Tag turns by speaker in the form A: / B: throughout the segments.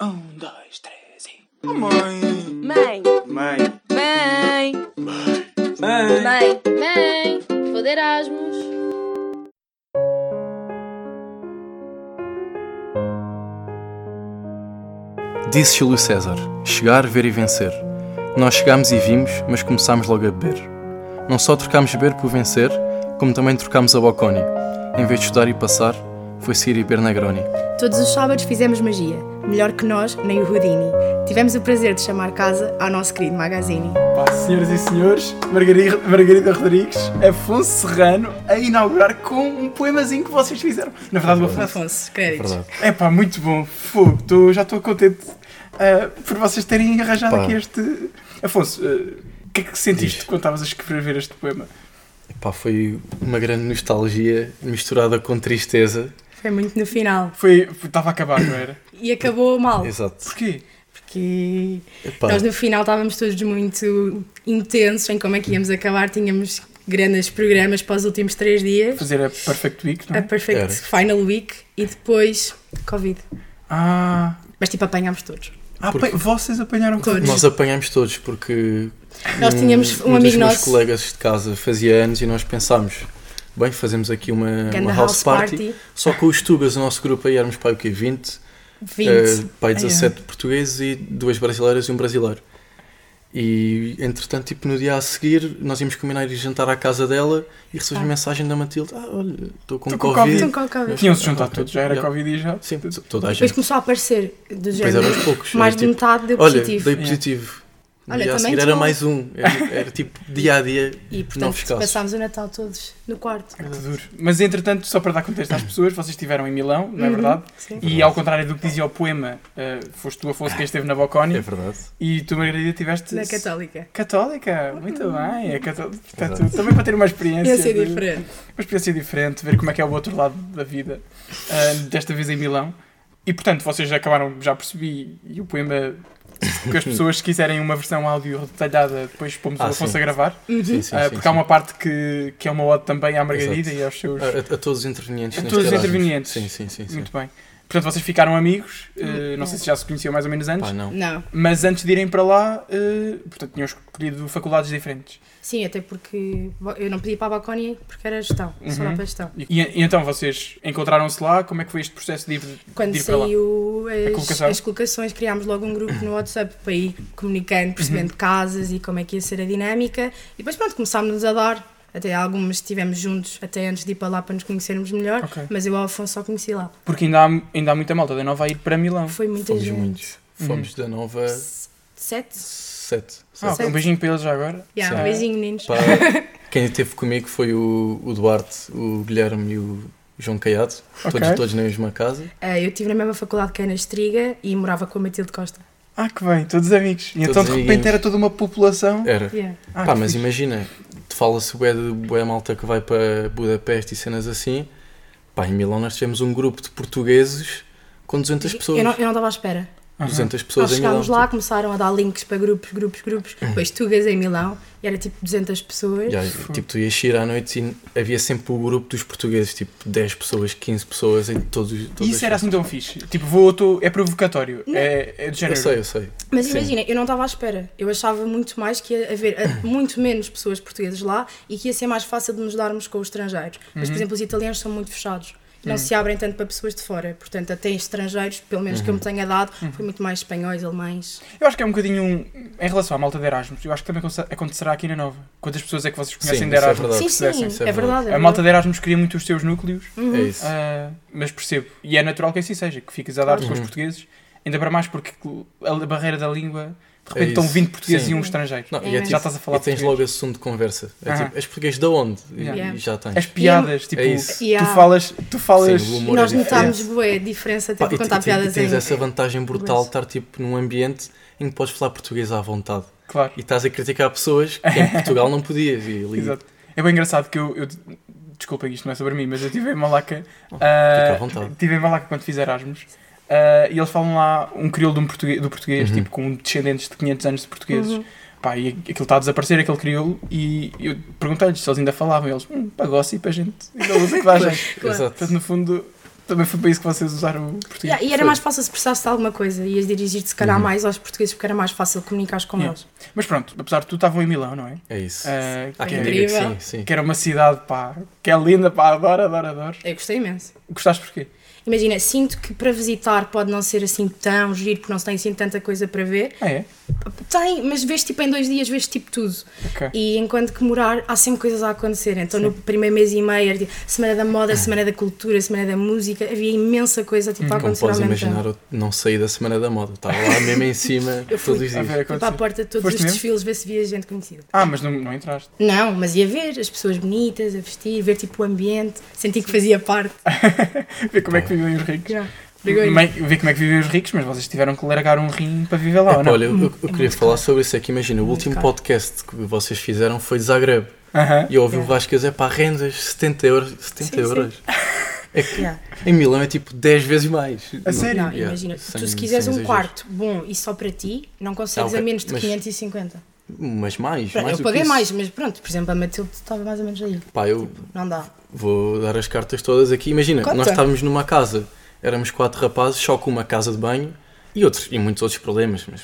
A: Um, dois, três e. Oh, mãe!
B: Mãe,
A: Mãe!
B: mãe,
A: Mãe!
B: mãe, mãe, vou de Erasmus.
C: Disse Júlio César: chegar, ver e vencer. Nós chegámos e vimos, mas começámos logo a beber. Não só trocámos beber por vencer, como também trocámos a Bocconi. Em vez de estudar e passar, foi seguir e beber na Groni.
D: Todos os sábados fizemos magia, melhor que nós, nem o Houdini. Tivemos o prazer de chamar casa ao nosso querido Magazine.
E: Pá, senhoras e senhores, Margarida, Margarida Rodrigues, é Afonso Serrano, a inaugurar com um poemazinho que vocês fizeram. Na verdade, o Afonso.
D: Afonso, créditos.
C: Verdade.
E: É pá, muito bom. Fogo, tô- já estou contente ah, por vocês terem arranjado
C: Pá.
E: aqui este. Afonso, ah, o que é que sentiste
C: Diz.
E: quando estavas a escrever este poema?
C: Pá, foi uma grande nostalgia misturada com tristeza.
D: Foi muito no final.
E: Foi. Estava a acabar, não era?
D: E acabou mal,
C: Exato.
E: Porquê?
D: porque
C: Epá,
D: nós no final estávamos todos muito intensos em como é que íamos acabar. Tínhamos grandes programas para os últimos três dias.
E: Fazer a Perfect Week, não
D: A
E: é?
D: Perfect
C: Era.
D: Final Week e depois Covid.
E: Ah.
D: Mas tipo, apanhámos todos.
E: ah
C: Porque-
E: apan- Vocês apanharam
D: Todos.
C: nós apanhámos todos porque
D: Nós tínhamos
C: Hum,
D: um
C: dos
D: amigo
C: meus
D: nosso-
C: colegas de casa fazia anos e nós pensámos, bem, fazemos aqui uma,
D: Ganda
C: uma house party, só com os tugas, o nosso grupo aí éramos pai o quê? 20?
D: 20.
C: Eh, pai 17 portugueses e duas brasileiras e um brasileiro. E entretanto, tipo, no dia a seguir, nós íamos combinar ir jantar à casa dela e recebemos
D: Ah.
C: mensagem da Matilde: Ah, olha, estou com
E: Tô com
C: Covid.
E: Covid.
D: Então, qual Covid?
E: Tinham-se juntado todos, já era
C: Yeah.
E: Covid e já.
C: Sim, t- toda a
D: Depois
C: gente.
D: começou a aparecer do
C: Depois
D: género.
C: éramos poucos.
D: Mais
C: era,
D: de
C: tipo,
D: metade deu
C: Olha,
D: positivo. É.
C: dei
E: Yeah.
C: positivo. No
D: Olha,
C: dia a
D: também
C: seguir era
D: tu.
C: mais um. Era, era, tipo dia a dia.
D: E
C: Não
D: portanto
C: fiscais.
D: passámos o Natal todos no quarto.
E: Ah, que duro. Mas entretanto, só para dar contexto às pessoas, vocês estiveram em Milão, não é
D: Uhum.
E: verdade?
D: Sim.
E: E ao contrário do que dizia o poema, eh, foste tu, Afonso, quem esteve na Bocconi
C: verdade.
E: e tu, Margarida, estiveste
D: Na Católica. Uhum.
E: Católica, muito bem, é católica. Portanto,
C: Exato.
E: também para ter uma experiência.
D: Ia ser
E: de-
D: diferente.
E: Uma experiência diferente, ver como é que é o outro lado da vida, ah, desta vez em Milão. E portanto, vocês já acabaram, já percebi, e o poema, que as pessoas se quiserem uma versão áudio detalhada, depois pomos o
C: Ah,
E: Afonso
C: sim.
E: a gravar,
D: Uhum.
C: Sim, sim,
E: ah,
C: sim,
E: porque
C: sim.
E: há uma parte que, que é uma ode também à Margarida
C: Exato.
E: e aos seus.
C: A, a- a todos os intervenientes.
E: A
C: neste
E: todos os
C: Erasmus.
E: intervenientes.
C: Sim, sim, sim. sim.
E: Muito bem. Portanto, vocês ficaram amigos,
D: Hum,
E: eh,
D: é.
E: não sei se já se conheciam mais ou menos antes,
C: Pá, não.
D: Não.
E: mas antes de irem para lá, eh, portanto, tinham escolhido faculdades diferentes.
D: Sim, até porque eu não pedi para a Bacónia porque era gestão, só lá
E: Uhum.
D: para gestão.
E: E, e então, vocês encontraram-se lá, como é que foi este processo de ir, de
D: Quando
E: ir para lá?
D: saiu as,
E: colocação?
D: as colocações, criámos logo um grupo no WhatsApp para ir comunicando,
E: Uhum.
D: percebendo casas e como é que ia ser a dinâmica. E depois, pronto, começámos-nos a dar. Até algumas estivemos juntos, até antes de ir para lá para nos conhecermos melhor.
E: Ok.
D: Mas eu ao Afonso só conheci lá.
E: Porque ainda há, ainda há muita malta da Nova a ir para Milão.
D: Foi muita
C: Fomos
D: gente.
C: muitos. Fomos da nova
D: Sete?
C: 7.
E: Ah, ok, um beijinho para eles já agora.
D: Yeah,
E: Sim.
D: beijinho, meninos.
C: Pá, quem esteve comigo foi o, o Duarte, o Guilherme e o João Caiado, todos,
E: Ok.
C: todos na mesma casa.
D: Ah, eu estive na mesma faculdade que a Ana Estriga e morava com a Matilde Costa.
E: Ah, que bem, todos amigos. E
C: Todos
E: então, de repente,
C: amiguinhos.
E: era toda uma população.
C: Era.
D: Yeah.
E: Ah,
C: Pá,
E: que
C: mas
E: fixe.
C: imagina, te fala-se bué de bué malta que vai para Budapeste e cenas assim. Pá, em Milão nós tivemos um grupo de portugueses com 200 pessoas.
D: Eu não eu não estava à espera.
E: Aham.
C: 200
D: Nós
C: pessoas em Milão.
D: chegámos lá,
C: tipo, Uhum.
D: começaram a dar links para grupos, grupos, grupos, depois Tugas em Milão, e era tipo 200 pessoas.
C: já, tipo, tu ias sair à noite e havia sempre o grupo dos portugueses, tipo 10 pessoas, 15 pessoas em todos os.
E: E
C: todas
E: isso era
C: as-
E: assim tão fixe. Tipo, vou, tô, é provocatório. É, é do
C: Eu
E: género.
C: sei, eu sei.
D: Mas
C: Sim.
D: imagina, eu não estava à espera. Eu achava muito mais que ia haver eh,
C: Uhum.
D: muito menos pessoas portuguesas lá e que ia ser mais fácil de nos darmos com os estrangeiros. Mas,
C: Uhum.
D: por exemplo, os italianos são muito fechados. Não se abrem tanto para pessoas de fora. Portanto, até em estrangeiros, pelo menos que
C: Uhum.
D: eu me tenha dado, foi muito mais espanhóis, alemães.
E: Eu acho que é um bocadinho. um- Em relação à malta de Erasmus, eu acho que também aconte- acontecerá aqui na Nova. Quantas pessoas é que vocês conhecem
C: Sim,
E: de
C: isso é
E: Erasmus?
C: verdade.
D: Sim,
C: que
D: sim,
C: pudessem ser
D: é verdade. é
E: a malta
D: verdade.
E: de Erasmus cria muito os seus núcleos,
D: Uhum.
C: É isso.
E: ah, mas percebo. E é natural que assim seja, que fiques a dar com os
C: Uhum.
E: portugueses, ainda para mais porque a barreira da língua. De
C: É
E: repente estão
C: isso.
E: 20 portugueses
C: Sim.
E: e um estrangeiro.
C: Não, e é
D: É.
C: tipo,
E: Já estás a falar
C: e tens
E: português.
C: logo esse assunto de conversa. É
E: Aham.
C: tipo, és português de onde? E,
E: Yeah.
C: e já tens.
E: As piadas, tipo,
C: É isso.
D: Yeah.
E: tu falas. Tu falas
C: Sim, o
D: E
C: humor
D: nós
C: é diferente.
D: notámos bué, a diferença até
C: Pá,
D: por
C: e,
D: contar
C: e- e
D: piadas
C: tens
D: em-
C: essa vantagem brutal de
D: inglês.
C: estar tipo, num ambiente em que podes falar português à vontade.
E: claro.
C: E estás a criticar pessoas que em Portugal não podias. E ali,
E: Exato. É bem engraçado que eu, eu- Desculpa, isto não é sobre mim, mas eu estive em Malaca.
C: fica à
E: ah,
C: vontade.
E: estive em Malaca quando fiz Erasmus. ah, e eles falam lá um crioulo de um português, do português,
C: Uhum.
E: tipo com descendentes de 500 anos de portugueses. Pá, e aquilo está a desaparecer, aquele crioulo. E eu perguntei-lhes se eles ainda falavam. E eles, hum, pagou-se para a gente. Ainda usa que dá gente.
D: Claro.
C: Exato.
E: Portanto, no fundo, Também foi para isso que vocês usaram o português.
D: Yeah, e era
C: Foi.
D: mais fácil se precisasse de alguma coisa, ias dirigir-te se calhar
C: Uhum.
D: mais aos portugueses porque era mais fácil comunicares com
E: Yeah.
D: eles.
E: Mas pronto, apesar de tudo, estavam em Milão, não é?
C: É isso.
E: Eh,
C: Há
E: que,
C: quem
E: é-
C: diga que
B: incrível.
C: sim, sim.
E: que era uma cidade, pá, que é linda, pá, adoro, adoro, adoro.
D: Eu gostei imenso.
E: Gostaste porquê?
D: Imagina, sinto que para visitar pode não ser assim tão giro porque não se tem assim tanta coisa para ver.
E: Ah, é?
D: Tem, mas vês tipo em dois dias, vês tipo tudo.
E: Ok.
D: E enquanto que morar, há sempre coisas a acontecer. Então no primeiro mês e meio era tipo, semana da
C: Uhum.
D: moda, semana da cultura, semana da música, havia imensa coisa tipo, a
C: Como
D: acontecer ao
C: podes
D: mesmo
C: Uhum. imaginar,
D: tempo.
C: eu não saí da semana da moda. Estava lá mesmo em cima
D: Eu fui.
C: todos os
E: A
C: dias.
E: ver,
D: Fui para a
E: aconteceu.
D: Tipo, porta de todos
E: Foste
D: os
E: mesmo?
D: desfiles ver se via gente conhecida.
E: Ah, mas não, não entraste.
D: Não, mas ia ver as pessoas bonitas, a vestir, ver tipo o ambiente, senti que fazia parte.
E: Ver como é que
C: Tá.
E: vivem os ricos.
D: Já, brigou aí.
E: Mei- Ver como é que vivem os ricos, mas vocês tiveram que largar um rim para viver lá, ou
C: Epá,
E: não?
C: É Olha,
D: É
C: eu, eu queria falar sobre isso aqui. Imagina, o último
D: caro.
C: podcast que vocês fizeram foi de Zagreb.
E: Aham.
C: E eu ouvi o
D: Yeah.
C: Vasquez, é pá, rendas 70 euros. 70
D: Sim,
C: euros. É que
D: Já.
C: em Milão é tipo 10 vezes mais.
E: A sério?
D: Não,
C: Yeah,
D: imagina,
C: sem-
D: tu se quiseres
C: sem
D: um
C: exageros.
D: quarto bom e só para ti, não consegues
C: Ah, ok,
D: a menos de
C: mas-
D: 550.
C: Mas mais.
D: Pronto,
C: mais
D: eu
C: do
D: paguei
C: que isso.
D: mais, mas pronto, por exemplo, a Matilde estava mais ou menos aí.
C: Pá, eu
D: Não dá.
C: vou dar as cartas todas aqui. Imagina,
D: Conta.
C: nós estávamos numa casa. Éramos quatro rapazes, só com uma casa de banho. E outros, e muitos outros problemas, mas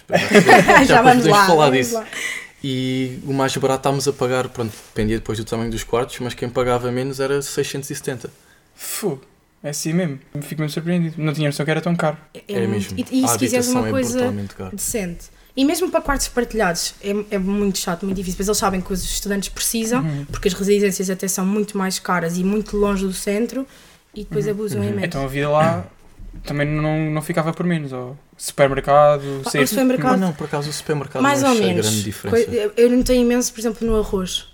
C: depois
D: Já, vamos
C: podemos
D: lá.
C: falar
D: vamos
C: disso.
D: lá.
C: E o mais barato estávamos a pagar, pronto, dependia depois do tamanho dos quartos, mas quem pagava menos era 670.
E: Fogo. É assim mesmo. Fico mesmo surpreendido. Não tinha noção que era tão caro.
D: É
C: é
D: muito-
C: mesmo.
D: E, e
C: a
D: se quiseres
C: habitação
D: uma
C: é
D: coisa
C: brutalmente cara.
D: decente. E mesmo para quartos partilhados é, é muito chato, muito difícil. Mas eles sabem que os estudantes precisam, porque as residências até são muito mais caras e muito longe do centro, e depois abusam imenso.
E: Então a vida lá também não, não ficava por menos. Ou supermercado,
D: Pá,
E: sair-
D: o supermercado-
C: Ah, não, por acaso o supermercado
D: Mais
C: não
D: ou
C: achei
D: menos.
C: Tá grande diferença.
D: Coi- eu- Eu notei imenso, por exemplo, no arroz.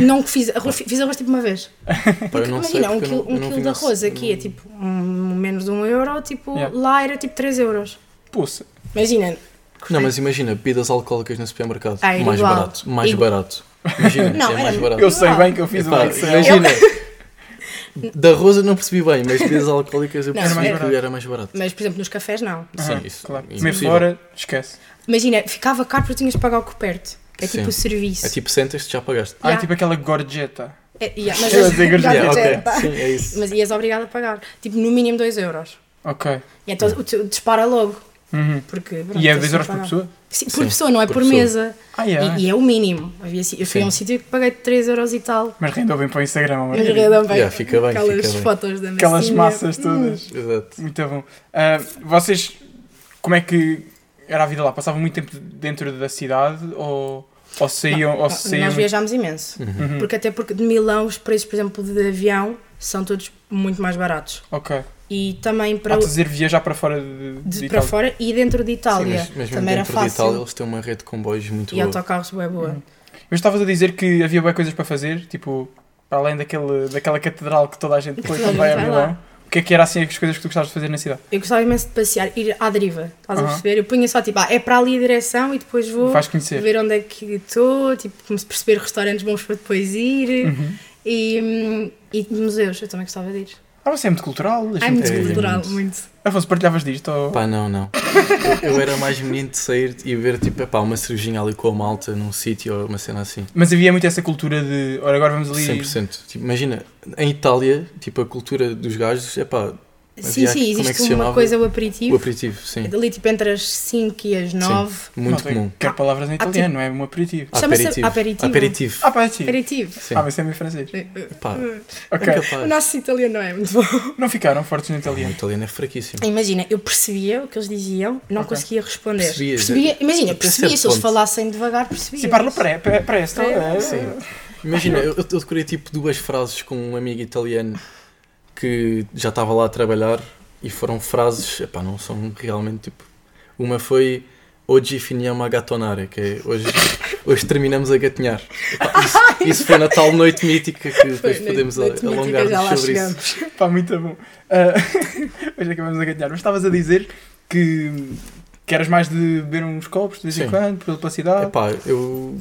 D: não que fiz arroz, fiz arroz tipo uma vez.
C: Pá, eu não sei
D: Imagina, um
C: porque eu
D: quilo,
C: não- eu
D: um
C: não Hum.
D: quilo
C: vim
D: de
C: nesse-
D: arroz aqui é tipo um, menos de um euro, tipo
E: Yeah.
D: lá era tipo 3 euros.
E: Poça.
D: Imagina,
C: Não, mas imagina, bebidas alcoólicas no supermercado.
D: Ah, era
C: mais
D: igual.
C: barato. Mais
D: Igual.
C: barato. Imagina,
D: Não,
C: é mais
D: era-
C: barato.
E: Eu sei
D: Não.
E: bem que eu fiz um é.
C: Epá,
E: o Excel.
C: É imagina. Da Rosa não percebi bem, mas bebidas alcoólicas eu
D: Não, é
C: percebi
E: era-
C: que era mais barato.
D: mas por exemplo nos cafés não.
E: Aham,
C: Sim, isso. é
E: Claro. Comer
C: impossível.
E: fora, esquece.
D: Imagina, ficava caro porque tinhas de pagar o coberto. É tipo
C: Sim.
D: o serviço.
C: É tipo, sentas-te, já pagaste.
E: Ah, é
D: Yeah.
E: tipo aquela gorjeta.
D: É, yeah, mas,
E: Eu digo já,
D: Já,
C: Yeah,
D: já,
C: ok,
D: tá.
C: sim, é isso.
D: mas ias obrigado a pagar. Tipo, no mínimo 2 euros.
E: Ok.
D: E então o teu- dispara logo.
E: Uhum.
D: Porque, pronto,
E: E é
D: tens
E: 10
D: de
E: euros por
D: pagar.
E: pessoa?
D: Sim, por
C: Sim,
D: pessoa, não é
C: por
D: por,
C: pessoa.
D: mesa.
E: Ah, é.
D: E, e é o mínimo. Havia, si- eu fui a um
C: Sim.
D: sítio que paguei 3 euros e tal.
E: Mas rendeu bem para o Instagram, amor.
D: Mas redam bem.
C: Yeah, fica bem,
D: Aquelas
C: fica bem.
D: fotos da
E: é? Aquelas
D: massinha.
E: massas todas.
C: Exato.
E: Muito bom. Ah, vocês, como é que era a vida lá? Passavam muito tempo dentro da cidade ou, ou saíam? ou saíam...
D: Nós viajámos imenso.
E: Uhum.
D: Porque até porque de Milão os preços, por exemplo, de avião são todos muito mais baratos.
E: Ok.
D: E também
E: Para...
D: para,
E: Há de dizer viajar para fora de,
D: de-
E: de
D: para
E: Itália.
D: fora e dentro de
C: Sim,
D: Itália.
C: mas mesmo
D: também era
C: dentro de
D: fácil.
C: Itália eles têm uma rede de comboios muito
D: e
C: boa.
D: autocarros é boa.
E: Uhum. Mas estavas a dizer que havia boas coisas para fazer, tipo, para além daquele, daquela catedral que toda a gente depois
D: Toda a
E: quando vai a
D: gente vai
E: Milão. O que é que era assim as coisas que tu gostavas de fazer na cidade?
D: Eu gostava imenso de passear, ir à deriva, estás
E: Aham.
D: a perceber? Eu punha só tipo, ah, é para ali a direção e depois vou
E: Vais conhecer.
D: ver onde é que estou, tipo, como se perceber restaurantes bons para depois ir
E: Uhum.
D: e, hum, e de museus, eu também gostava de ir.
E: Ah, você é muito cultural.
D: Ai,
E: deixa-me
D: muito
E: ver.
C: muito.
D: cultural, muito.
E: Afonso, partilhavas disto? Ou...
C: Pá, não, não. Eu era mais menino de sair e ver tipo, epá, uma cervejinha ali com a malta num sítio ou uma cena assim.
E: Mas havia muito essa cultura de, ora agora vamos ali...
C: 100%. Tipo, imagina, em Itália, tipo, a cultura dos gajos, é pá, Mas
D: sim,
C: e há-
D: sim,
C: como é que
D: existe
C: se chamava?
D: uma coisa, o
C: o
D: aperitivo,
C: aperitivo, sim.
D: ali tipo entre as 5 e as 9.
C: Muito
E: Não,
C: comum.
E: Quero palavras em
D: tipo-
E: italiano, não é um aperitivo.
D: Chama-se
C: Aperitivo.
D: aperitivo.
C: Aperitivo.
E: Ah, pá, sim.
D: Aperitivo.
C: Sim.
E: Ah, mas é meio francês.
C: Pá,
E: Ok.
C: é
D: O
C: capaz.
D: nosso italiano não é muito bom.
E: Não ficaram fortes no
C: O
E: italiano.
C: italiano é fraquíssimo.
D: Imagina, eu percebia o que eles diziam, não
E: Ok.
D: conseguia responder.
C: Percebias, é tipo,
D: Percebia- imagina,
C: até
D: percebia,
C: certo
D: se eles
C: ponto.
D: falassem devagar, percebia.
E: Se parlo pre- pre- presto.
D: Pre-
E: eh,
C: Sim. Imagina, eu, eu decorei tipo duas frases com um amigo italiano que já estava lá a trabalhar e foram frases, epá, não são realmente tipo. Uma foi Oggi finiamo a gattonare, que é hoje, hoje terminamos a gatinhar. Epá, isso, isso foi na tal noite mítica que depois
D: Foi,
C: podemos
D: noite mítica, já lá
C: alongar-nos sobre isso.
D: chegamos.
E: Pá, muito bom. Ah, hoje acabamos a ganhar. Mas estavas a dizer que, que eras mais de beber uns copos de vez em
C: Sim. É
E: quando, pela pela cidade.
C: Epá, eu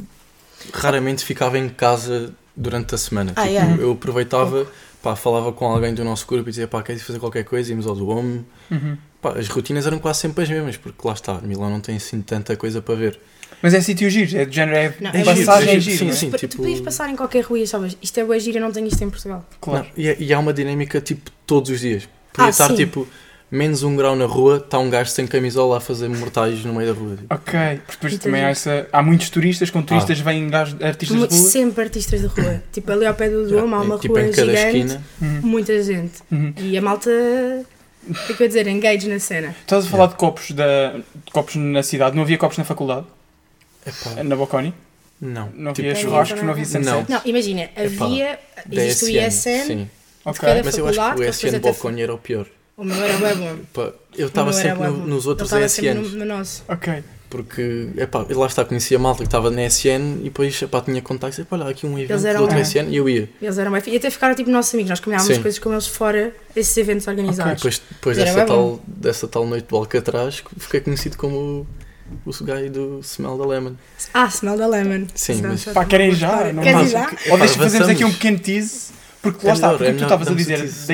C: raramente ficava em casa durante a semana.
D: Ah,
C: Tipo,
D: é?
C: Eu aproveitava, pá, falava com alguém do nosso grupo e dizia, pá, queres fazer qualquer coisa? Íamos ao do homem.
E: Uhum.
C: Pá, as rotinas eram quase sempre as mesmas, porque lá está, Milão não tem assim tanta coisa para ver.
E: Mas é sítio giro, é de género, é
D: Não,
E: é
D: é
E: passagem
C: giro,
E: é
C: é
E: giro.
C: giro,
E: não é?
C: sim, sim.
D: Tu
C: tipo-
D: podias passar em qualquer rua e achavas, isto é boa gira, não tenho isto em Portugal.
E: Claro.
C: Não, e, e há uma dinâmica tipo todos os dias. Podia
D: Ah,
C: estar
D: sim.
C: tipo menos um grau na rua, está um gajo sem camisola a fazer mortais no meio da rua. tipo.
E: Ok, porque depois
D: Muita
E: também há, essa, há muitos turistas, quando turistas
C: Ah.
E: vêm gajos- artistas
D: Mu-
E: de rua.
D: Sempre artistas de rua. tipo, ali ao pé do Dom há uma
C: tipo
D: rua
C: em cada
D: gigante,
C: esquina.
D: muita gente.
E: Uhum.
D: E a malta, o que é que eu ia dizer, engage na cena.
E: Estás a falar de copos, da, de copos na cidade, não havia copos na faculdade,
C: Epá,
E: na Bocconi,
C: não.
E: É, não
C: Tipo, é,
E: havia
D: Sim,
E: churrascos,
D: também
E: não havia
D: não.
E: sunset.
D: Não, imagina,
C: Epá,
D: havia,
C: da
D: existe o ISN,
C: Sim.
E: Ok.
D: cada-
C: Mas eu acho
D: faculdade,
C: que o
D: eles
C: ISN
D: depois até
C: Bocconi era o pior.
D: o meu era bem bom.
C: Pá, eu
D: O
C: estava
D: meu era
C: sempre
D: bué
C: no-
D: bom.
C: nos outros
D: Eu estava sempre
C: ESNs.
D: no, no nosso.
E: Ok.
C: Porque, epá, lá está, conhecia a malta que estava na SN e depois, epá, tinha contactos, epá, olha, aqui um evento do
D: eram-
C: outro
E: Ah.
C: SN e eu ia.
D: Eles eram bem fi- E até ficaram tipo nossos amigos, nós combinávamos
C: Sim.
D: coisas com eles fora esses eventos
C: E
D: organizados.
C: depois, depois
D: Era
C: dessa,
D: bué bom.
C: tal, dessa tal noite do Alcatraz, fiquei conhecido como o, o gajo do Smell da Lemon.
D: Ah, Smell da Lemon.
C: Sim,
D: Isso dá
C: mas-
D: só
E: Pá, querem
D: uma
E: já?
D: história.
E: Não
D: Queres
E: faz
D: ir já?
E: Ou deixa fazermos
C: avançamos. É
E: aqui um pequeno tease, porque lá está, porque tu estavas a dizer é
C: tipo
E: assim.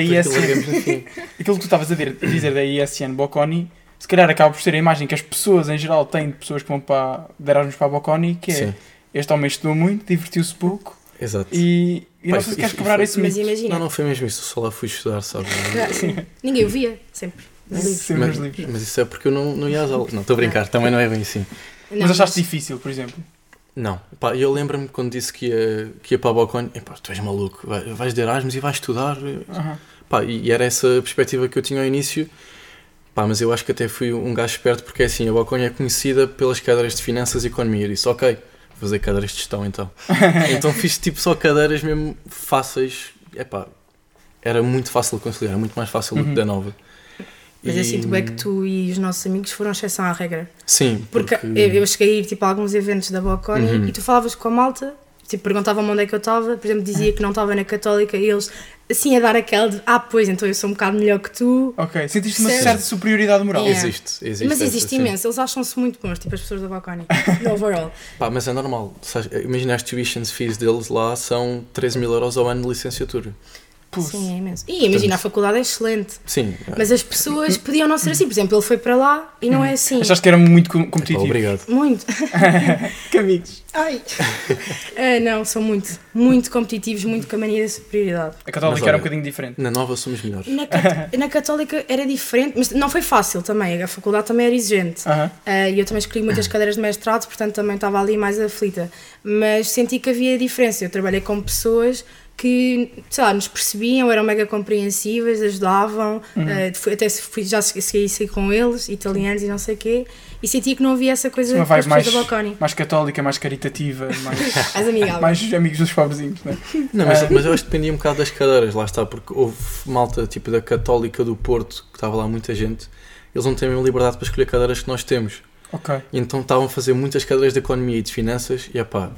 E: da ISN, aquilo que tu estavas a ver- dizer da ISN Bocconi, se calhar acaba por ser a imagem que as pessoas em geral têm de pessoas que vão para, de Erasmus para a Bocconi, que é
C: Sim,
E: este homem estudou muito, divertiu-se pouco
C: exato.
E: e, e
C: Pá,
E: não sei
C: isso-
E: se queres
C: isso- é-
E: quebrar
C: isso-
E: esse
D: Mas
E: mito.
D: imagina,
C: Não, não foi mesmo isso, eu só lá fui estudar, sabe?
D: já- sim. ninguém o via, sempre. nos livros.
E: Sempre nos
C: mas,
E: livros.
C: mas isso é porque eu não, não ia às aulas. Não, estou a brincar, também não é bem assim.
D: Não,
E: Mas achaste difícil, por exemplo.
C: Não, pá, eu lembro-me quando disse que ia, que ia para a Bocone, pá, tu és maluco, vai- vais de Erasmus e vais estudar.
E: Aham.
C: Pá, e era essa a perspectiva que eu tinha ao início. Pá, mas eu acho que até fui um gajo esperto porque é assim, a Boconha é conhecida pelas cadeiras de finanças e economia. Eu disse, ok, vou fazer cadeiras de gestão então. então fiz tipo só cadeiras mesmo fáceis. Epá, era muito fácil de conciliar, era muito mais fácil do que
E: Uhum.
C: da nova.
D: Mas
C: E-
D: assim, tu é que tu e os nossos amigos foram exceção à regra.
C: Sim,
D: Porque,
C: porque...
D: eu eu cheguei a ir tipo, a alguns eventos da Boconi
C: Uhum.
D: e tu falavas com a malta, tipo, perguntavam onde é que eu estava, por exemplo, dizia que não estava na Católica e eles assim a dar aquela de ah, pois, então eu sou um bocado melhor que tu.
E: Ok, sentiste uma
D: Certo.
E: certa superioridade moral.
D: É.
C: Existe, existe.
D: Mas
C: essa,
D: existe
C: sim.
D: imenso, eles acham-se muito bons, tipo as pessoas da Boconi, no overall.
C: Pá, mas é normal. sabes, Imagina as tuition fees deles lá são 13 mil euros ao ano de licenciatura.
E: Pus.
D: Sim, é imenso. E imagina, a faculdade é excelente,
C: Sim, é.
D: mas é as pessoas podiam não ser assim. Por exemplo, ele foi para lá e não é assim.
E: Achaste que era muito com-
C: pá,
E: competitivo.
C: obrigado.
D: Muito.
E: Que amigos.
D: Ai. Ah, não, são muito, muito competitivos, muito com a mania da superioridade.
E: A católica
C: Mas olha-
E: era um bocadinho diferente.
C: Na nova somos melhores.
D: Na, cat- na Católica era diferente, mas não foi fácil também, a faculdade também era exigente.
E: Aham.
D: Ah, E eu também escolhi muitas cadeiras de mestrado, portanto também estava ali mais aflita. Mas senti que havia diferença. Eu trabalhei com pessoas que, sei lá, nos percebiam, eram mega compreensíveis, ajudavam,
E: Uhum.
D: ah, fui- até se fui, já se- segui sair com eles, italianos e não sei o quê, e senti que não havia essa coisa
E: Uma
D: com as
E: vibe mais,
D: pessoas da Balcone.
E: mais católica, mais caritativa, mais,
D: As amigáveis.
E: mais amigos dos pobrezinhos, né?
C: Não, mas,
E: Ah.
C: mas eu acho que dependia um bocado das cadeiras, lá está, porque houve malta tipo da Católica do Porto, que estava lá muita gente, eles não têm a mesma liberdade para escolher cadeiras que nós temos.
E: Ok.
C: E então estavam a fazer muitas cadeiras de economia e de finanças, e pá,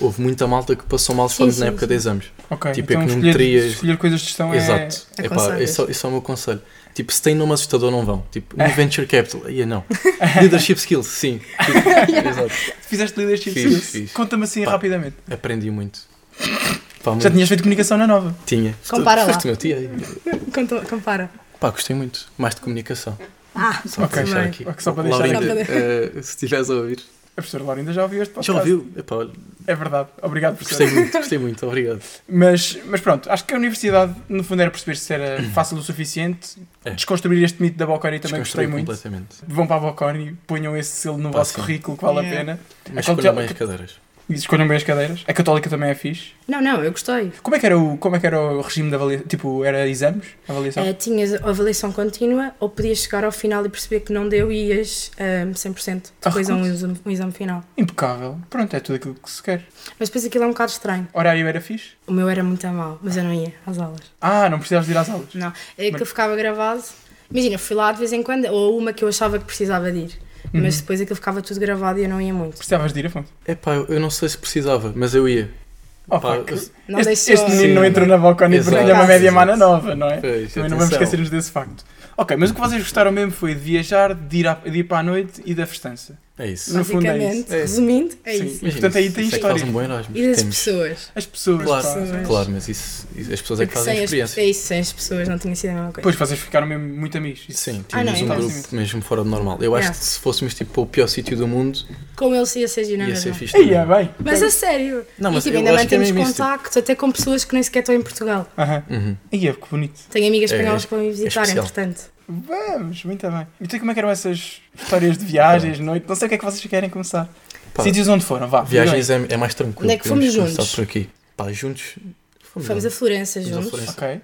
C: houve muita malta que passou mal
D: Sim,
C: só
D: sim,
C: na época
D: sim.
C: de exames.
E: Ok,
C: Tipo,
E: então
C: econometrias-
E: escolher, escolher coisas de gestão
C: Exato.
E: é...
C: É pá,
D: Aconselhas.
C: isso, isso é o meu conselho. Tipo, se tem nome assustador, não vão. Tipo, um venture capital, ia não. Leadership skills, sim. Tipo, exato.
E: Fizeste leadership
C: Fiz,
E: skills?
C: fiz.
E: Conta-me assim
C: Pá.
E: rapidamente.
C: Aprendi muito. Pá,
E: Já
C: muito.
E: tinhas feito comunicação na nova.
C: Tinha.
D: Compara lá.
C: Foste meu tio.
D: Conto- Compara.
C: Pá, gostei muito. Mais de comunicação.
D: Ah,
C: Só
E: Ok.
C: para deixar
D: Bem.
C: aqui.
E: Ok, só para deixar
C: Laurinda, eh, se estiveres a ouvir.
E: A professora Laurinda já ouviu este podcast.
C: Já ouviu? Epá, olha,
E: É verdade. Obrigado, professora.
C: gostei muito, gostei muito, obrigado.
E: Mas, mas pronto, acho que a universidade, no fundo, era perceber se era fácil o suficiente.
C: Uhum. É.
E: Desconstruir este mito da Balcónia também gostei
C: Desconstruí
E: muito.
C: completamente.
E: Vão para a Balcónia, ponham esse selo no
C: Pá,
E: vosso
C: sim.
E: currículo que vale a
D: Yeah.
E: pena.
C: Mas
E: Então,
C: escolham
E: te-
C: bem as cadeiras.
E: E escolham bem as cadeiras. A católica também é fixe.
D: Não, não, eu gostei.
E: Como é que era o, como é que era o regime de avaliação? Tipo, era exames? Avaliação?
D: Eh, tinhas a avaliação contínua ou podias chegar ao final e perceber que não deu e ias ehm, 100% depois a um
E: recurso.
D: exame, um exame final.
E: Impecável. Pronto, é tudo aquilo que se quer.
D: Mas depois aquilo é um bocado estranho.
E: Horário era fixe?
D: O meu era muito a mal, mas eu não ia às aulas.
E: Ah, não precisavas de ir às aulas.
D: Não, é que eu ficava gravado. Imagina, fui lá de vez em quando, ou uma que eu achava que precisava de ir.
C: Uhum.
D: Mas depois aquilo ficava tudo gravado e eu não ia muito.
E: Precisavas de ir, Afonso.
C: Epá, eu eu não sei se precisava, mas eu ia.
E: Oh,
C: Pá,
E: fuck.
C: eu-
D: Não
E: este,
D: deixou.
E: este menino
C: Sim,
E: não entrou na Balcónia porque
C: Exato.
E: tinha uma média
C: Exato.
E: mana nova, não é?
C: Pois,
E: Também não vamos
C: atenção.
E: esquecer-nos desse facto. Ok, mas o que vocês gostaram mesmo foi de viajar, de ir, à- de ir para a noite e da festança.
C: É isso.
E: No fundo é isso.
D: Basicamente,
E: É isso.
D: resumindo, é
E: Sim.
D: isso.
E: E, portanto, aí tem
C: Isso é que
E: história.
C: faz um bom Erasmus.
D: E das
C: Temos-
D: pessoas.
E: As pessoas.
C: Claro,
E: pá.
C: claro, mas isso, isso- as pessoas é que
D: Porque
C: fazem a
D: sem as,
C: experiência.
D: é isso, sem as pessoas não tinha sido a mesma coisa.
E: Depois vocês ficaram mesmo muito amigos. Isso.
C: Sim,
D: Ah, não,
C: tínhamos um
D: então
C: grupo
E: sim.
C: mesmo fora do normal. Eu acho
D: Yeah.
C: que se fôssemos tipo para o pior sítio do mundo,
D: Como ele se ia ser
C: ia
D: dinâmico.
C: ser fixe.
E: Aí é
C: também.
E: bem.
D: Mas a sério.
C: Não, mas
D: e tipo,
C: eu
D: ainda
C: acho que é
D: mantemos
C: mesmo isso, tipo-
D: contacto até com pessoas que nem sequer estão em Portugal.
E: Aham.
C: Uhum.
E: Aí é que bonito.
D: Tenho amigas
C: É,
D: espanholas que vão me
C: é
D: visitar,
C: especial.
D: entretanto.
E: Vamos, muito bem. E tu como é que eram essas histórias de viagens, noite? Não sei o que é que vocês querem começar.
C: Pá,
E: Sítios onde foram, vá.
C: Viagens é, é mais tranquilo.
D: Onde é que fomos
C: podemos começar
D: juntos?
C: por aqui. Pá, juntos. Fomos,
D: Fomos a Florença
C: Fomos a
D: juntos.
C: Florença.
E: Ok.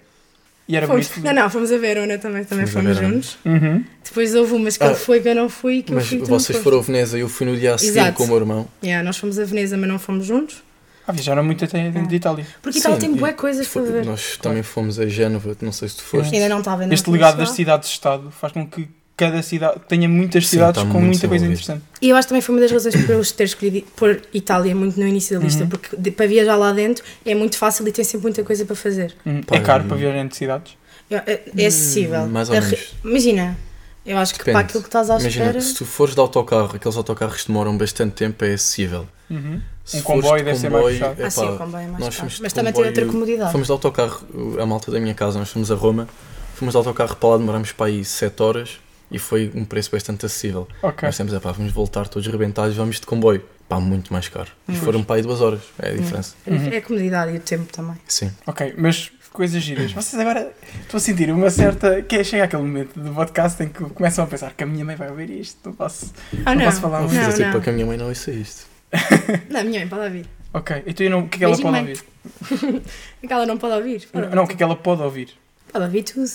E: E era
D: Fomos-
E: bonito.
D: não, não, fomos a Verona também, também
C: Fomos a
D: fomos
C: Verona.
D: juntos.
E: Uhum.
D: Depois houve umas que
C: Ah,
D: ele foi que eu não fui, que eu
C: Mas
D: fui. tu não
C: vocês
D: foste.
C: foram a Veneza, eu fui no dia a seguir
D: Exato.
C: com o meu irmão.
D: Yeah, nós fomos a Veneza, mas não fomos juntos.
E: Ah, viajaram muito até
D: É.
E: dentro de Itália.
D: Porque Itália
C: Sim,
D: tem
C: e
D: boas coisas para
C: Foi-
D: ver.
C: nós também fomos a Génova, não sei se tu foste.
D: Ainda não estava ainda É não
E: Este
D: tinha
E: legado
D: chegado.
E: das cidades-estado faz com que cada cidade tenha muitas
C: Sim,
E: cidades
C: está
E: com
C: muito
E: muita coisa
C: desenvolvido.
E: interessante.
D: E eu acho que também foi uma das razões por eu ter escolhido pôr Itália muito no início da lista,
E: Uhum.
D: porque de- para viajar lá dentro é muito fácil e tem sempre muita coisa para fazer.
E: Hum,
C: Pá,
E: é caro
C: hum.
E: para viajar entre cidades.
D: É, é- é acessível.
C: mais ou
D: A re-
C: menos.
D: Imagina, eu acho que
C: Depende.
D: para aquilo que estás à
C: Imagina,
D: espera.
C: se tu fores de autocarro, aqueles autocarros que demoram bastante tempo, é acessível.
E: Uhum.
C: Se
E: Um
C: fores
E: comboio
C: de
E: deve ser mais
C: comboio,
E: puxado.
D: Ah, sim,
C: epá,
D: o comboio é
C: nós
D: mais caro.
C: fomos de
D: Mas também tem outra
C: comboio-
D: comodidade.
C: Fomos de autocarro, a malta da minha casa, nós fomos a Roma, fomos de autocarro para lá, demorámos para aí 7 horas e foi um preço bastante acessível.
E: Ok.
C: Nós temos, é pá, vamos voltar todos rebentados, vamos de comboio. Pá, muito mais caro. E foram para aí 2 horas, é a diferença.
E: Uhum.
D: É a comodidade e o tempo também.
C: Sim.
E: Ok, mas coisas giras. Vocês agora estou a sentir uma certa. Que é, chega aquele momento do podcast em que começam a pensar que a minha mãe vai ouvir isto, não posso.
D: Ah,
E: Não
D: não.
E: posso falar
C: Vou
E: muito.
C: fazer
D: Não,
C: tipo
D: não. Ah,
C: para que a minha mãe não ouça isto.
D: Não, minha mãe pode ouvir.
E: Ok, então eu não, o que é que ela
D: Beijinho,
E: pode
D: mãe.
E: ouvir?
D: É que ela não pode ouvir. Pode,
E: Não, o que é que ela pode ouvir?
D: pode ouvir tudo.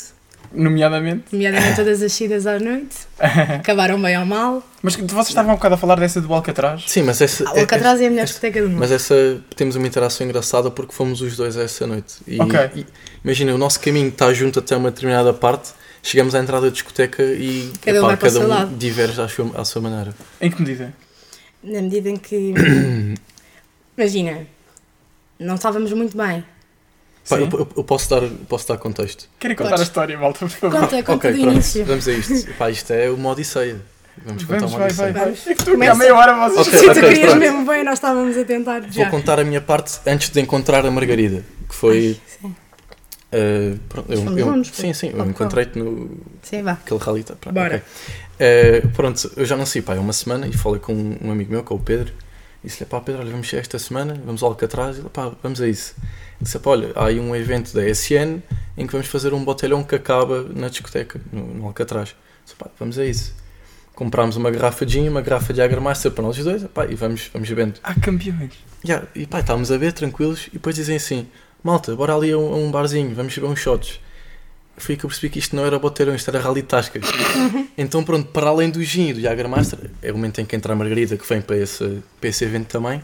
E: Nomeadamente.
D: Nomeadamente todas as saídas à noite. Acabaram bem ou mal.
E: Mas que- vocês estavam há um bocado a falar dessa do Alcatraz.
C: Sim, mas essa.
D: A
C: é-
D: Alcatraz é a melhor discoteca do mundo.
C: Mas essa temos uma interação engraçada porque fomos os dois essa noite. E,
E: Ok.
C: e- imagina, o nosso caminho está junto até uma determinada parte, chegamos à entrada da discoteca e
D: Cada um vai para o seu
C: um
D: lado.
C: diverge à sua, à sua maneira.
E: Em que medida?
D: Na medida em que. Imagina, não estávamos muito bem.
C: Pá, eu,
E: Sim.
C: eu- eu posso dar, posso dar contexto.
E: Querem contar
D: Podes.
E: a história, malta, por favor?
D: Conta, conta
C: ok,
D: do
C: pronto,
D: início.
C: vamos a isto. Pá, isto é uma odisseia. Vamos contar
E: Vamos,
C: uma
E: vai, vai, vai.
C: odisseia.
D: Vamos.
E: É que tu
D: Começa.
E: há meia hora vocês.
C: Ok,
D: Se tu
C: ok,
D: querias
C: pronto.
D: mesmo bem, nós estávamos a tentar
C: Vou
D: já.
C: contar a minha parte antes de encontrar a Margarida, que foi. eh, pronto, eu,
D: Fomos
C: eu-
D: juntos,
C: sim, sim, eu
D: Ok.
C: encontrei-te no,
D: Sim, vá.
C: Aquele rally tá, pronto,
D: Bora.
C: ok. Eh, pronto, eu já não sei, pá, há uma semana e falei com um, um amigo meu, que é o Pedro, e disse-lhe, pá, Pedro, olha, vamos chegar esta semana, vamos ao Alcatraz, e ele, pá, vamos a isso. E disse, pá, olha, há aí um evento da SN em que vamos fazer um botelhão que acaba na discoteca, no, no Alcatraz. Disse, pá, vamos a isso. Comprámos uma garrafa de gin, e uma garrafa de Agarmaster para nós os dois, pá, e vamos, vamos bebendo.
E: Há campeões.
C: Ya, e pá, estávamos a ver, tranquilos, e depois dizem assim: malta, bora ali a um, a um barzinho, vamos beber uns shots. Foi aí que eu percebi que isto não era boteirão, isto era rally tasca. então, pronto, para além do gin e do Jagermaster, é o momento em que entra a Margarida, que vem para esse, para esse evento também.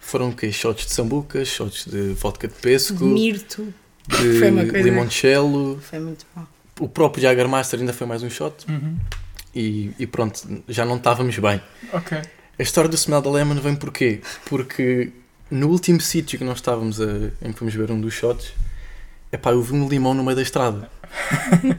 C: Foram o quê? Shots de sambuca, shots de vodka de pesco,
D: Mirto.
C: de
D: Foi uma coisa-
C: limoncello.
D: Foi muito bom.
C: O próprio Jagermaster ainda foi mais um shot.
E: Uhum.
C: E, e pronto, já não estávamos bem.
E: Ok.
C: A história do Smell the Lemon vem porquê? Porque no último sítio que nós estávamos a, em que fomos ver um dos shots, epá, eu vi um limão no meio da estrada.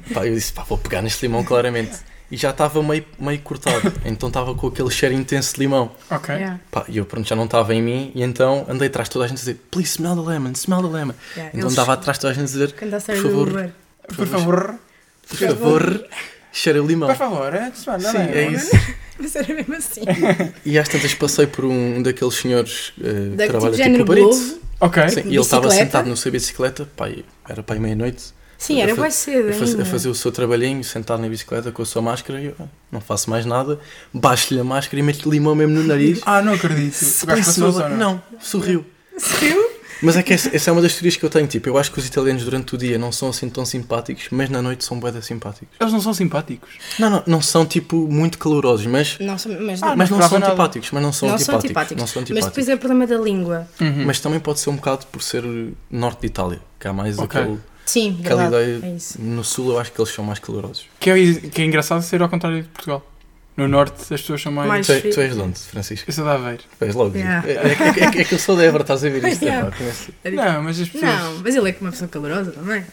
C: Epá, eu disse, pá, vou pegar neste limão claramente. E já estava meio, meio cortado, então estava com aquele cheiro intenso de limão.
E: Ok.
D: Yeah,
C: Pá, e eu pronto, já não estava em mim, e então andei atrás de toda a gente a dizer, please smell the lemon, smell the lemon.
D: yeah.
C: Então andava atrás de toda a gente a dizer,
D: Quando a série
C: Por
D: do
C: favor.
D: Uber.
E: Por favor.
C: por favor, cheira o limão.
E: Por favor, é? Sim,
C: Sim, é isso.
D: Mas era mesmo assim.
C: E às tantas passei por um daqueles senhores eh,
D: Da-
C: que
D: tipo
C: trabalha tipo
D: género
C: no Barito.
D: Glovo.
E: Ok.
C: Sim, e ele estava
D: bicicleta.
C: sentado no seu bicicleta, pai, era pai meia-noite,
D: Sim, era
C: Eu fa-
D: mais cedo.
C: a, faz- a
D: ainda.
C: fazer o seu trabalhinho, sentado na bicicleta com a sua máscara, e eu ah, não faço mais nada, baixo-lhe a máscara e meto-lhe limão mesmo no nariz.
E: Ah, não acredito.
C: Se
E: O gajo
C: pensa,
E: passou a zona.
C: não, sorriu.
D: Sorriu?
C: Mas é que essa, essa é uma das teorias que eu tenho, tipo, eu acho que os italianos durante o dia não são assim tão simpáticos, mas na noite são bué da simpáticos.
E: Eles não são simpáticos.
C: Não, não, não são tipo muito calorosos, mas,
D: Não, sou- mas,
E: Ah,
D: não,
C: mas não
E: esperava
C: são
E: nada.
C: antipáticos, mas não são
D: não são
C: antipáticos.
D: antipáticos.
C: Não são
D: Mas
C: antipáticos.
D: depois é o problema da língua.
E: Uhum.
C: Mas também pode ser um bocado por ser norte de Itália, que há mais
E: Ok.
C: aquele,
D: Sim,
C: aquela
D: verdade.
C: ideia.
D: É isso.
C: No sul eu acho que eles são mais calorosos.
E: Que é, que é engraçado ser ao contrário de Portugal. No norte as pessoas são mais.
D: Mais-
C: Tu,
D: Sim.
C: tu és de onde, Francisco?
E: Eu sou de Aveiro.
C: Tu és logo.
D: Yeah.
C: É, é, que- é que- é que eu sou de Évora, estás a ver isto?
D: Yeah.
C: Epá, conheço.
E: Não, mas as pessoas.
D: Não, mas ele é que é uma pessoa calorosa também.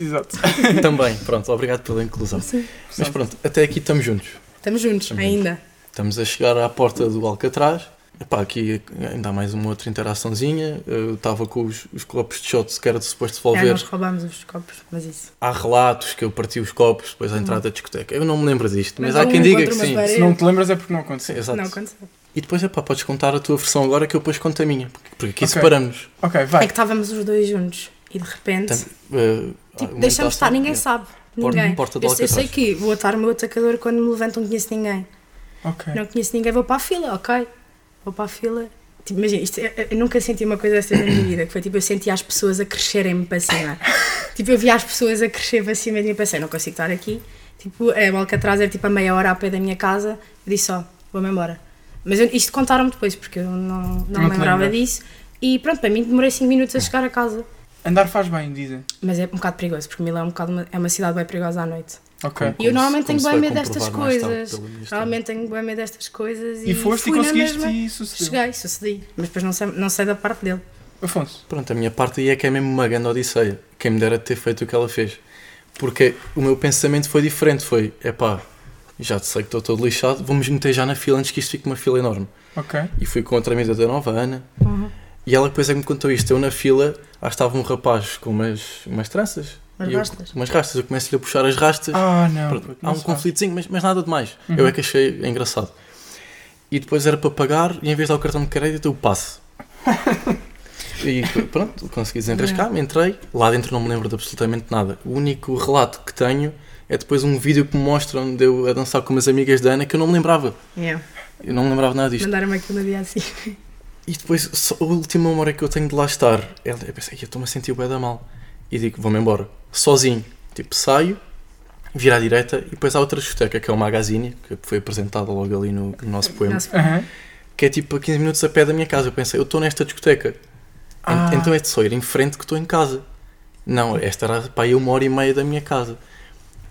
E: Exato.
C: Também, pronto, obrigado pela inclusão.
D: Sim.
C: Mas pronto, até aqui estamos juntos.
D: Estamos juntos,
C: Estamos
D: ainda.
C: Estamos a chegar à porta do Alcatraz. Epá, aqui ainda há mais uma outra interaçãozinha. Eu estava com os, os copos de shots que era de suposto
D: É,
C: devolver.
D: nós roubámos os copos, mas isso.
C: há relatos que eu parti os copos depois à entrada da discoteca. Eu não me lembro disto, mas,
D: Mas
C: há
D: um
C: quem diga que
D: encontra uma
C: sim.
D: parede.
E: Se não te lembras é porque não
C: Sim,
E: aconteceu.
C: exato.
D: Não aconteceu.
C: E depois, epá, podes contar a tua versão agora que eu depois conto a minha. Porque, porque aqui
E: Ok.
C: separamos.
E: Ok,
D: É
E: vai.
D: que estávamos os dois juntos e de repente.
C: Tam- eh,
D: Tipo,
C: uma
D: deixamos
C: interação-
D: estar, ninguém
C: é.
D: sabe.
C: Porta-
D: Ninguém.
C: porta do
D: eu, eu sei
C: Alcatraz.
D: que vou atar o meu atacador quando me levanto, não conheço ninguém.
E: Ok.
D: Não conheço ninguém, vou para a fila, ok? Vou para a fila. Tipo, imagina, isto é- eu nunca senti uma coisa dessas na minha vida, que foi tipo, eu senti as pessoas a crescerem-me para cima. tipo, eu via as pessoas a crescer para cima de mim e pensei, não consigo estar aqui. Tipo, é, o Alcatraz era tipo a meia hora a pé da minha casa, eu disse só, vou-me embora. Mas eu- isto contaram-me depois, porque eu não, não,
E: Não
D: me
E: te
D: lembrava
E: lembras.
D: disso. E pronto, para mim demorei 5 minutos a chegar a casa.
E: Andar faz bem, dizem.
D: Mas é um bocado perigoso, porque Milão é, um bocado uma- é uma cidade bem perigosa à noite.
E: Ok.
D: E eu
C: como
D: normalmente tenho
C: se
D: bem
C: vai
D: medo destas
C: comprovar mais tarde
D: coisas.
C: pela minha história.
D: Normalmente tenho bem medo destas coisas e.
E: E foste e
D: fui na
E: conseguiste
D: mesma.
E: e sucedeu.
D: Cheguei, sucedi. Mas depois não sei, não sei da parte dele.
E: Afonso,
C: Pronto, a minha parte aí é que é mesmo uma grande odisseia. Quem me dera ter feito o que ela fez. Porque o meu pensamento foi diferente. Foi, epá, já te sei que estou todo lixado, vamos meter já na fila antes que isto fique uma fila enorme.
E: ok.
C: E fui com outra amiga da nova, a Ana.
D: Uhum.
C: E ela depois é que me contou isto. Eu na fila, lá estava um rapaz com umas, umas tranças.
D: Umas
C: E eu-
D: rastas.
C: umas rastas. Eu começo-lhe a puxar as rastas.
E: Ah, não.
C: Pronto,
E: puto,
C: há
E: não
C: um
E: se faz. Uhum.
C: conflitozinho, mas, mas nada demais. Eu é que achei engraçado. E depois era para pagar e em vez de dar o cartão de crédito, eu passo. e p- pronto, consegui desenrascar-me, entrei. Lá dentro não me lembro de absolutamente nada. O único relato que tenho é depois um vídeo que me mostram de eu a dançar com umas amigas da Ana que eu não me lembrava.
D: Yeah.
C: Eu não me lembrava nada disto.
D: É. Mandaram-me aquilo no dia assim.
C: E depois, só a última hora que eu tenho de lá estar, é, eu eu pensei, "Ei, eu estou-me a sentir bué da mal. E digo, vou-me embora, sozinho. Tipo, saio, viro à direita e depois há outra discoteca, que é o Magazine, que foi apresentada logo ali no, no nosso poema,
D: Nosso-
E: Aham.
C: que é tipo a 15 minutos a pé da minha casa. Eu pensei, eu estou nesta discoteca, En-
E: Ah.
C: então é de só ir em frente que estou em casa. Não, esta era pá, aí uma hora e meia da minha casa.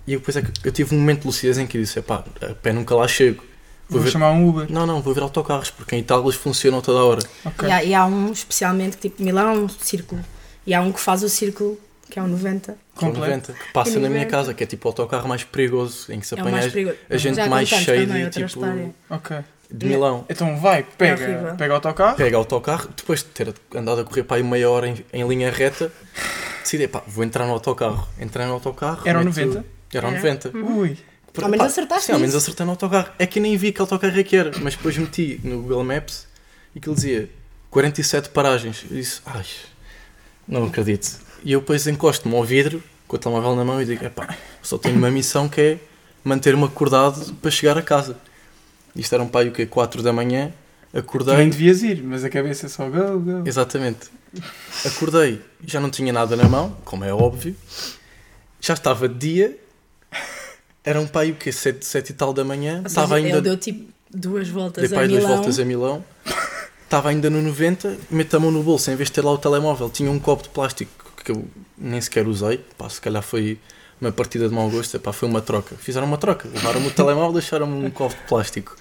C: E eu, depois é que eu tive um momento de lucidez em que disse, pá, a pé nunca lá chego. Vou
E: Vou
C: ver-
E: chamar um Uber.
C: Não, não, vou ver autocarros, porque em Itália eles funcionam toda a hora.
E: Ok.
D: E, há, e há um especialmente, que, tipo, Milão é um círculo. E há um que faz o círculo, que é um 90.
E: Completo.
C: Com 90, que passa
D: Com
C: na minha
D: 90.
C: casa, que é tipo o autocarro mais perigoso, em que se
D: É o mais
C: apanha
D: perigoso.
C: a gente
D: Já
C: mais
D: contamos
C: cheia
D: também
C: de,
D: outra
C: tipo,
D: história.
E: Ok.
C: de Milão.
E: Então vai,
D: É
E: pega,
D: horrível.
E: pega o autocarro.
C: Pega o autocarro, depois de ter andado a correr para aí meia hora em, em linha reta, decidi, pá, vou entrar no autocarro. Entrei no autocarro.
E: Era o
C: meto-
E: 90?
C: Era o
D: Era.
C: 90.
E: Ui.
C: Por-
D: Ao menos
C: pá,
D: acertaste
C: Sim, ao menos
D: nisso.
C: acertei no autocarro. É que eu nem vi que autocarro é que era, mas depois meti no Google Maps e que ele dizia 47 paragens. Eu disse, ai, não acredito. E eu depois encosto-me ao vidro, com o telemóvel na mão, e digo, epá, só tenho uma missão que é manter-me acordado para chegar a casa. Isto era um pai o quê? 4 da manhã,
E: Nem
C: acordei.
E: devias ir, mas a cabeça é só Ah, go, go.
C: Exatamente. Acordei, já não tinha nada na mão, como é óbvio. Já estava de dia. Era um pai o quê? 7, sete e tal da manhã.
D: Ou
C: Estava
D: seja,
C: ainda.
D: Ele deu tipo duas voltas
C: Dei
D: a
C: para aí duas
D: Milão.
C: voltas a Milão. Estava ainda no 90, meto a mão no bolso, em vez de ter lá o telemóvel, tinha um copo de plástico que eu nem sequer usei. Pá, se calhar foi uma partida de mau gosto, pá, foi uma troca. Fizeram uma troca, levaram-me o telemóvel, deixaram-me um copo de plástico.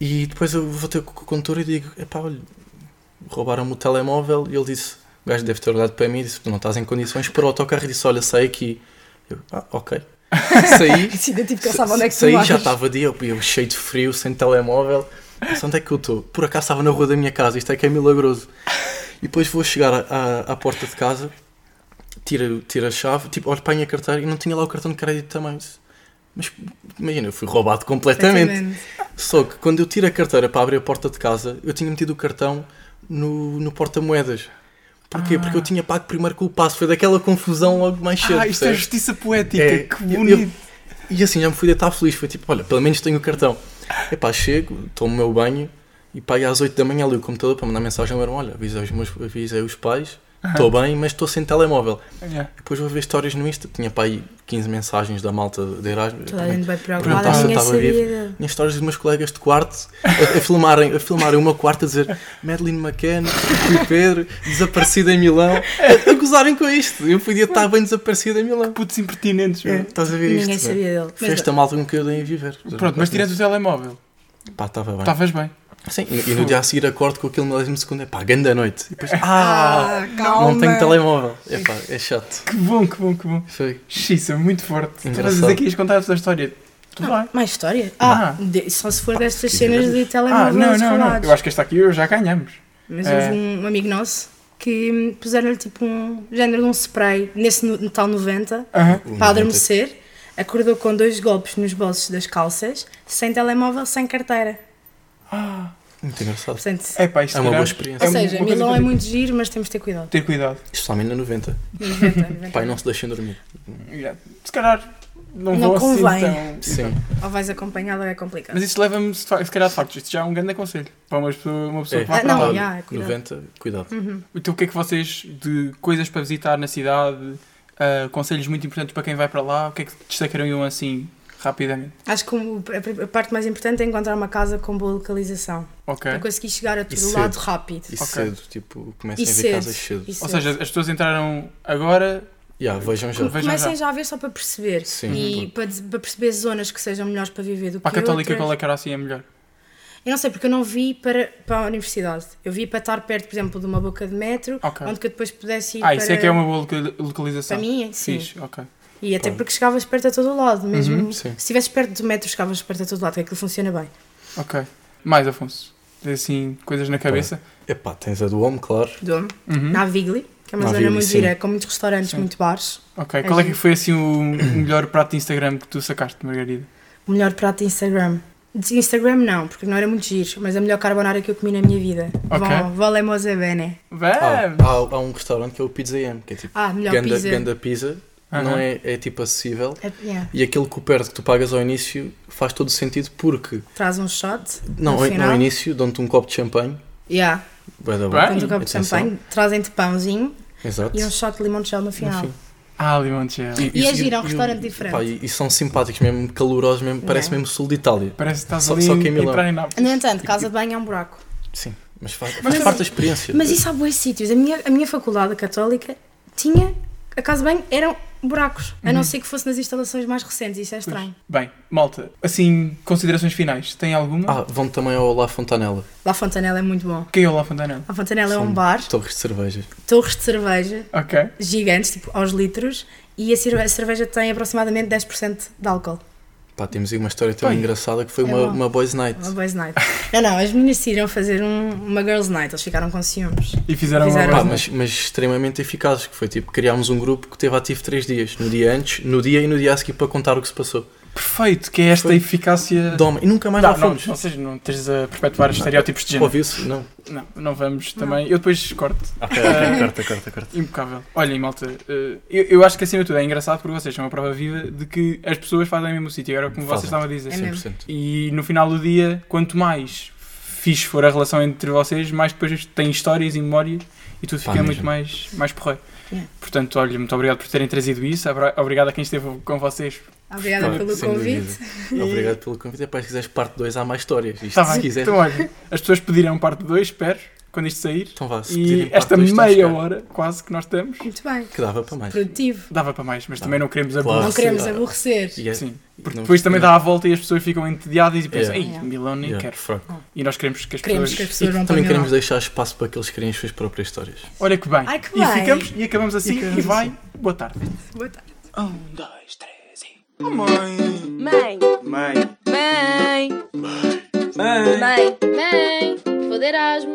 C: E depois eu vou ter com o condutor e digo: epá, olha, roubaram-me o telemóvel. E ele disse: o gajo deve ter olhado para mim e disse: tu não estás em condições para o autocarro. E disse: olha, sai aqui. Eu, ah, ok. Saí.
D: Sim, eu, tipo, que ele sabe onde é que tu
C: Saí, já
D: moras.
C: estava dia, eu, eu cheio de frio, sem telemóvel. Mas onde é que eu estou? Por acaso estava na rua da minha casa, isto é que é milagroso. E depois vou chegar à- à, à porta de casa, tiro, tiro a chave, tipo, olho para a minha carteira e não tinha lá o cartão de crédito também. Mas imagina, eu fui roubado completamente.
D: Exatamente.
C: Só que quando eu tiro a carteira para abrir a porta de casa, eu tinha metido o cartão no, no porta-moedas.
D: Ah.
C: Porquê? Porque eu tinha pago primeiro com o passo. Foi daquela confusão logo mais cedo.
E: Ah, isto é
C: percebes?
E: justiça poética,
C: É,
E: que
C: eu-
E: bonito.
C: eu- e assim já me fui deitar feliz. Foi tipo, olha, pelo menos tenho o cartão. Epá, chego, tomo o meu banho e pá, aí às 8 da manhã li o computador para mandar mensagem ao meu irmão: olha, avisei os, meus, avisei os pais, estou bem, mas estou sem telemóvel.
E: Yeah.
C: Depois vou ver histórias no Insta. Tinha pá aí 15 mensagens da malta de Erasmus.
D: Toda a gente bem
C: Perguntar
D: preocupada,
C: se eu
D: ninguém
C: estava
D: sabia.
C: vivo.
D: dele.
C: Tinha histórias dos meus colegas de quarto a, a filmarem, a filmarem o meu quarto a dizer Madeline McCann, Rui Pedro, desaparecido em Milão, a, a gozarem com isto. Eu podia estar bem desaparecido em Milão.
E: Putos impertinentes, meu.
C: Estás a ver isto?
D: Ninguém
C: não é?
D: sabia dele. Mas-
C: Fez esta malta com que eu dei a viver.
E: Pronto, mas tirando o telemóvel,
C: Pá, estava bem.
D: Tá.
E: estavas bem.
C: Sim, e, e no dia a seguir acordo com aquele milésimo segundo. É pá, grande a noite. E depois, ah,
D: Ah,
C: não tenho telemóvel. É pá, é chato.
E: Que bom, que bom, que bom.
C: Foi.
E: Xiça, muito forte.
C: Engraçado.
E: Mas aqui ias contar-vos a história Tudo bem.
D: Mais história?
E: Ah.
D: Ah, de- só se for destas
C: se
D: cenas de
C: quiseres.
E: Ah,
D: telemóvel é
E: não, não, não.
D: descolados.
E: Eu acho que esta aqui eu já ganhamos.
D: Mas
E: É.
D: houve um amigo nosso que hum, puseram-lhe tipo um género de um spray nesse no- Natal 90
E: Aham.
C: um
D: para adormecer. Acordou com dois golpes nos bolsos das calças, sem telemóvel, sem carteira.
C: Muito engraçado.
D: Portanto,
E: É pá, isto
C: É uma
E: será-
C: boa experiência.
D: ou
E: uma-
D: seja,
E: uma coisa
D: Milão é
E: que eu
D: muito giro, mas temos de ter cuidado.
E: digo. Ter cuidado.
C: Especialmente na 90.
D: Nos 90, 90.
C: Pai, não se deixem dormir.
E: Yeah. Se calhar não,
D: Não
E: vou
D: convém.
E: assim tão...
C: Sim.
D: Ou vais acompanhado ou é complicado.
E: Mas isto leva-me, se fa- se calhar, de facto, isto já é um grande aconselho para uma pessoa, uma pessoa
C: É.
E: que vai
D: Ah,
E: para
D: não,
E: lá.
D: já, yeah, cuidado. Uhum.
C: 90, cuidado.
E: Então, o que é que vocês, de coisas para visitar na cidade, ah, conselhos muito importantes para quem vai para lá, o que é que destacariam assim, rapidamente?
D: Acho que o- a a parte mais importante é encontrar uma casa com boa localização.
E: Ok.
D: Para conseguir chegar a todo
C: cedo.
D: lado rápido.
C: E
E: Ok.
C: cedo, tipo, comecem
D: E
C: a ver
D: cedo.
C: casas cedo.
D: E
E: Ou
D: cedo.
E: seja, as pessoas entraram agora,
C: Yeah, vejam já.
E: Como vejam
D: Comecem
E: já.
D: já a ver só para perceber.
C: Sim.
D: E
C: Uhum.
D: para, des- para perceber zonas que sejam melhores para viver do que
E: para a Católica,
D: outras.
E: qual é que era assim a melhor?
D: Eu não sei, porque eu não vi para, para a universidade. Eu vi para estar perto, por exemplo, de uma boca de metro,
E: Ok.
D: onde que eu depois pudesse ir
E: Ah,
D: para...
E: isso é que é uma boa loca- localização.
D: Para mim, sim.
E: Fixe, ok.
D: E até
C: Pá.
D: porque chegavas perto a todo lado, mesmo.
C: Uhum,
D: se
C: sim.
D: estivesse perto do metro, chegavas perto a todo lado, que aquilo funciona bem.
E: Ok. Mais, Afonso? Assim, coisas na cabeça?
C: Epá, tens a do homem, claro.
D: Dome,
E: Uhum.
D: na Vigli, que é uma
C: Na
D: zona
C: Vigli,
D: muito
C: sim.
D: gira, com muitos restaurantes,
E: Sim.
D: muito bares.
E: Ok. Qual é que
D: giro.
E: foi assim o o melhor prato de Instagram que tu sacaste, Margarida?
D: O melhor prato de Instagram. De Instagram não, porque não era muito giro, mas a melhor carbonara que eu comi na minha vida.
E: Ok.
D: Bom, valemos a bene.
C: Ah,
E: Vamos!
C: há, há um restaurante que é o Pizza M, que é tipo
D: Ah, melhor
C: ganda
D: pizza.
C: ganda pizza,
E: Aham.
C: não é, é tipo acessível.
D: É, yeah.
C: E aquele cooper que tu pagas ao início faz todo sentido porque,
D: Traz um shot.
C: não,
D: no
C: ao-
D: final.
C: não ao início, dão-te um copo de champanhe,
D: Yeah.
C: bué da bom.
E: Bem,
D: Tanto um copo de
C: atenção.
D: champanhe, trazem-te pãozinho
C: exato.
D: e um shot de limão de gel no final.
C: Enfim.
E: Ah, limão de gel.
D: E é
C: se-
D: giro, é um
C: e o-
D: restaurante diferente.
C: pá, e, e são simpáticos mesmo, calorosos mesmo, parece
D: Não.
C: mesmo sul de Itália.
E: Parece que estás
C: Só-
E: ali
C: só
E: a
C: que em Milão.
E: entrar em Nápoles.
D: No entanto, casa de banho é um buraco.
C: Sim, mas assim- faz, faz
D: Mas-
C: parte da experiência.
D: Mas isso há bons sítios. A minha, a minha faculdade católica tinha. A casa de banho eram buracos, a
C: Uhum.
D: não ser que fosse nas instalações mais recentes, isso é estranho.
E: Bem, malta, assim, considerações finais. Tem alguma?
C: Ah, vão também ao Olá Fontanela.
D: La Fontanela é muito bom.
E: Quem é o La Fontanella?
D: La Fontanela é
C: São
D: um bar,
C: Torres de cerveja.
D: torres de cerveja
E: Ok.
D: gigantes, tipo aos litros, e a cerve- a cerveja tem aproximadamente 10% de álcool.
C: Pá, temos aí uma história tão
E: Bem.
C: engraçada que foi
D: É
C: uma,
D: bom.
C: uma boys night.
D: Uma boys night. Não, não, as meninas decidiram fazer um- uma girls night, eles ficaram com ciúmes.
E: E fizeram,
D: Fizeram.
E: uma
C: Pá, Ah, mas,
D: Boys
C: mas extremamente eficazes, que foi tipo, criámos um grupo que teve ativo três dias, no dia antes, no dia e no dia a seguir para contar o que se passou.
E: Perfeito, que é esta
C: Foi.
E: eficácia.
C: Doma, e nunca mais
E: Não,
C: lá
E: não,
C: fomos.
E: ou seja, não tens a perpetuar estereótipos de género.
C: Ouviu-se? Não.
E: Não, não vamos também. Eu depois corto.
C: Ok,
E: ok,
C: corta, corta, corta.
E: Impecável. Olhem, malta, eh, eu, eu acho que acima de tudo é engraçado porque vocês são uma prova viva de que as pessoas fazem o mesmo sítio, era como vocês
C: Fazem.
E: estavam a dizer.
D: É mesmo.
C: 100%.
E: E no final do dia, quanto mais fixe for a relação entre vocês, mais depois tem histórias e memórias e tudo
C: Pá,
E: fica
C: mesmo.
E: muito mais, mais porreiro.
D: Yeah.
E: Portanto, olha, muito obrigado por terem trazido isso, abra- obrigado a quem esteve com vocês.
D: Obrigada
C: Pá,
D: pelo
C: sem
D: convite.
C: dúvida. Obrigado pelo convite. Epá, se quiseres parte 2, há mais histórias. Isto,
E: Tá
C: se
E: bem.
C: quiseres.
E: Então, olha, as pessoas pedirão parte 2, espero, quando isto sair.
C: Então vá, se
E: E
C: pedirem parte
E: esta
C: dois, tá estamos
E: meia
C: cá.
E: hora quase que nós temos,
D: Muito bem.
C: Que dava para mais.
D: Produtivo.
E: dava para mais, mas
C: Dá.
E: também não queremos
C: Claro.
E: abordar.
D: Não queremos
C: sim.
D: aborrecer.
C: E é-
E: Sim. Porque
C: não-
E: depois também
C: não-
E: dá a volta e as pessoas ficam entediadas e pensam,
C: Yeah.
E: ei,
D: Yeah.
E: Milão nem
C: Yeah,
E: quer.
C: fraco.
E: E nós queremos que as
D: Queremos que
E: pessoas.
D: as pessoas não
C: Também
D: ponham
C: queremos
D: lá.
C: deixar espaço para que eles criem as suas próprias histórias.
E: Olha que bem.
D: Ai, que
E: e
D: bem.
E: ficamos e acabamos assim e,
C: acabamos
E: vai. Boa tarde.
D: Boa tarde.
A: Um, dois, três e. Mãe, mãe,
B: Mãe, mãe,
A: mãe.
B: mãe, mãe, vou de Erasmus.